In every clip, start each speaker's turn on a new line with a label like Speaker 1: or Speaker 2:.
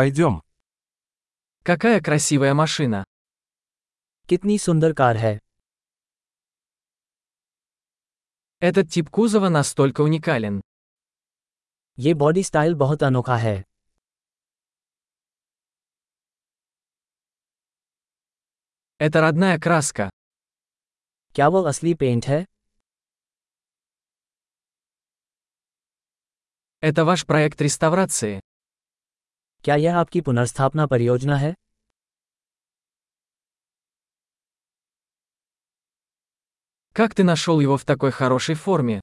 Speaker 1: Пойдем.
Speaker 2: Какая красивая машина.
Speaker 3: कितनी सुंदर कार है
Speaker 2: Этот тип кузова настолько уникален.
Speaker 3: ये बॉडी स्टाइल बहुत अनोखा है
Speaker 2: Это родная краска.
Speaker 3: क्या वो असली पेंट है
Speaker 2: Это ваш проект реставрации.
Speaker 3: क्या यह आपकी पुनर्स्थापना परियोजना है
Speaker 2: Как ты нашел его в такой хорошей форме?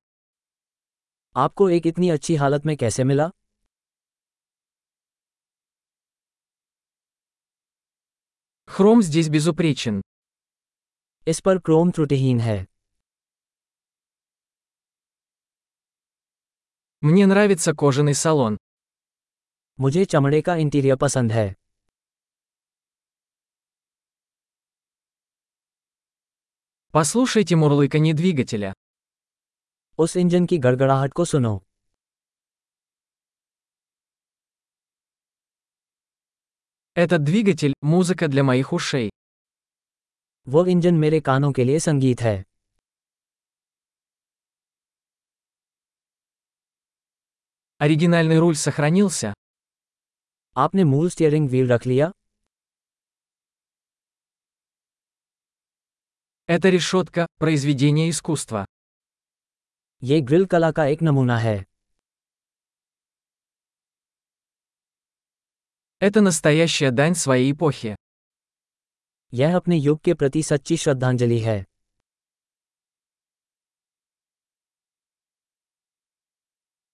Speaker 3: आपको एक इतनी अच्छी हालत में कैसे मिला
Speaker 2: Хром здесь безупречен.
Speaker 3: इस पर क्रोम त्रुटिहीन है
Speaker 2: Мне нравится кожаный салон.
Speaker 3: मुझे चमड़े का इंटीरियर पसंद है
Speaker 2: Послушайте мурлыканье двигателя.
Speaker 3: उस इंजन की गड़गड़ाहट को सुनो
Speaker 2: Этот двигатель – музыка для моих ушей.
Speaker 3: वो इंजन मेरे कानों के लिए संगीत है
Speaker 2: Оригинальный руль сохранился.
Speaker 3: आपने मूल स्टीयरिंग व्हील रख लिया
Speaker 2: Это решетка – произведение искусства.
Speaker 3: ये ग्रिल कला का एक नमूना है
Speaker 2: Это настоящая дань своей эпохи.
Speaker 3: यह अपने युग के प्रति सच्ची श्रद्धांजलि है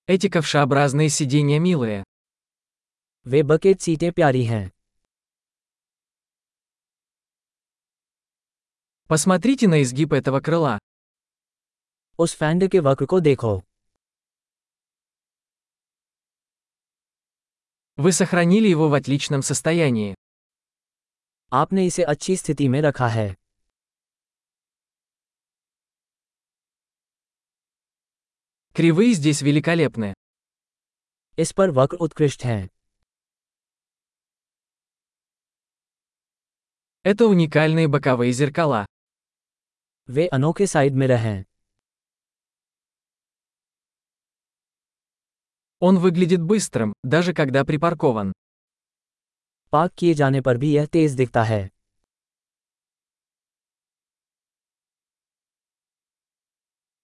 Speaker 2: Эти ковшеобразные сиденья милые.
Speaker 3: वे बकेट सीटें प्यारी हैं
Speaker 2: Посмотрите на изгиб этого крыла.
Speaker 3: उस फैंड के वक्र को देखो
Speaker 2: Вы сохранили его в отличном состоянии.
Speaker 3: आपने इसे अच्छी स्थिति में रखा है
Speaker 2: Кривые здесь великолепны.
Speaker 3: इस पर वक्र उत्कृष्ट हैं
Speaker 2: Это уникальные боковые зеркала.
Speaker 3: वे अनोखे साइड मिरर हैं
Speaker 2: Он выглядит быстрым, даже когда припаркован.
Speaker 3: पार्क किए जाने पर भी यह तेज दिखता है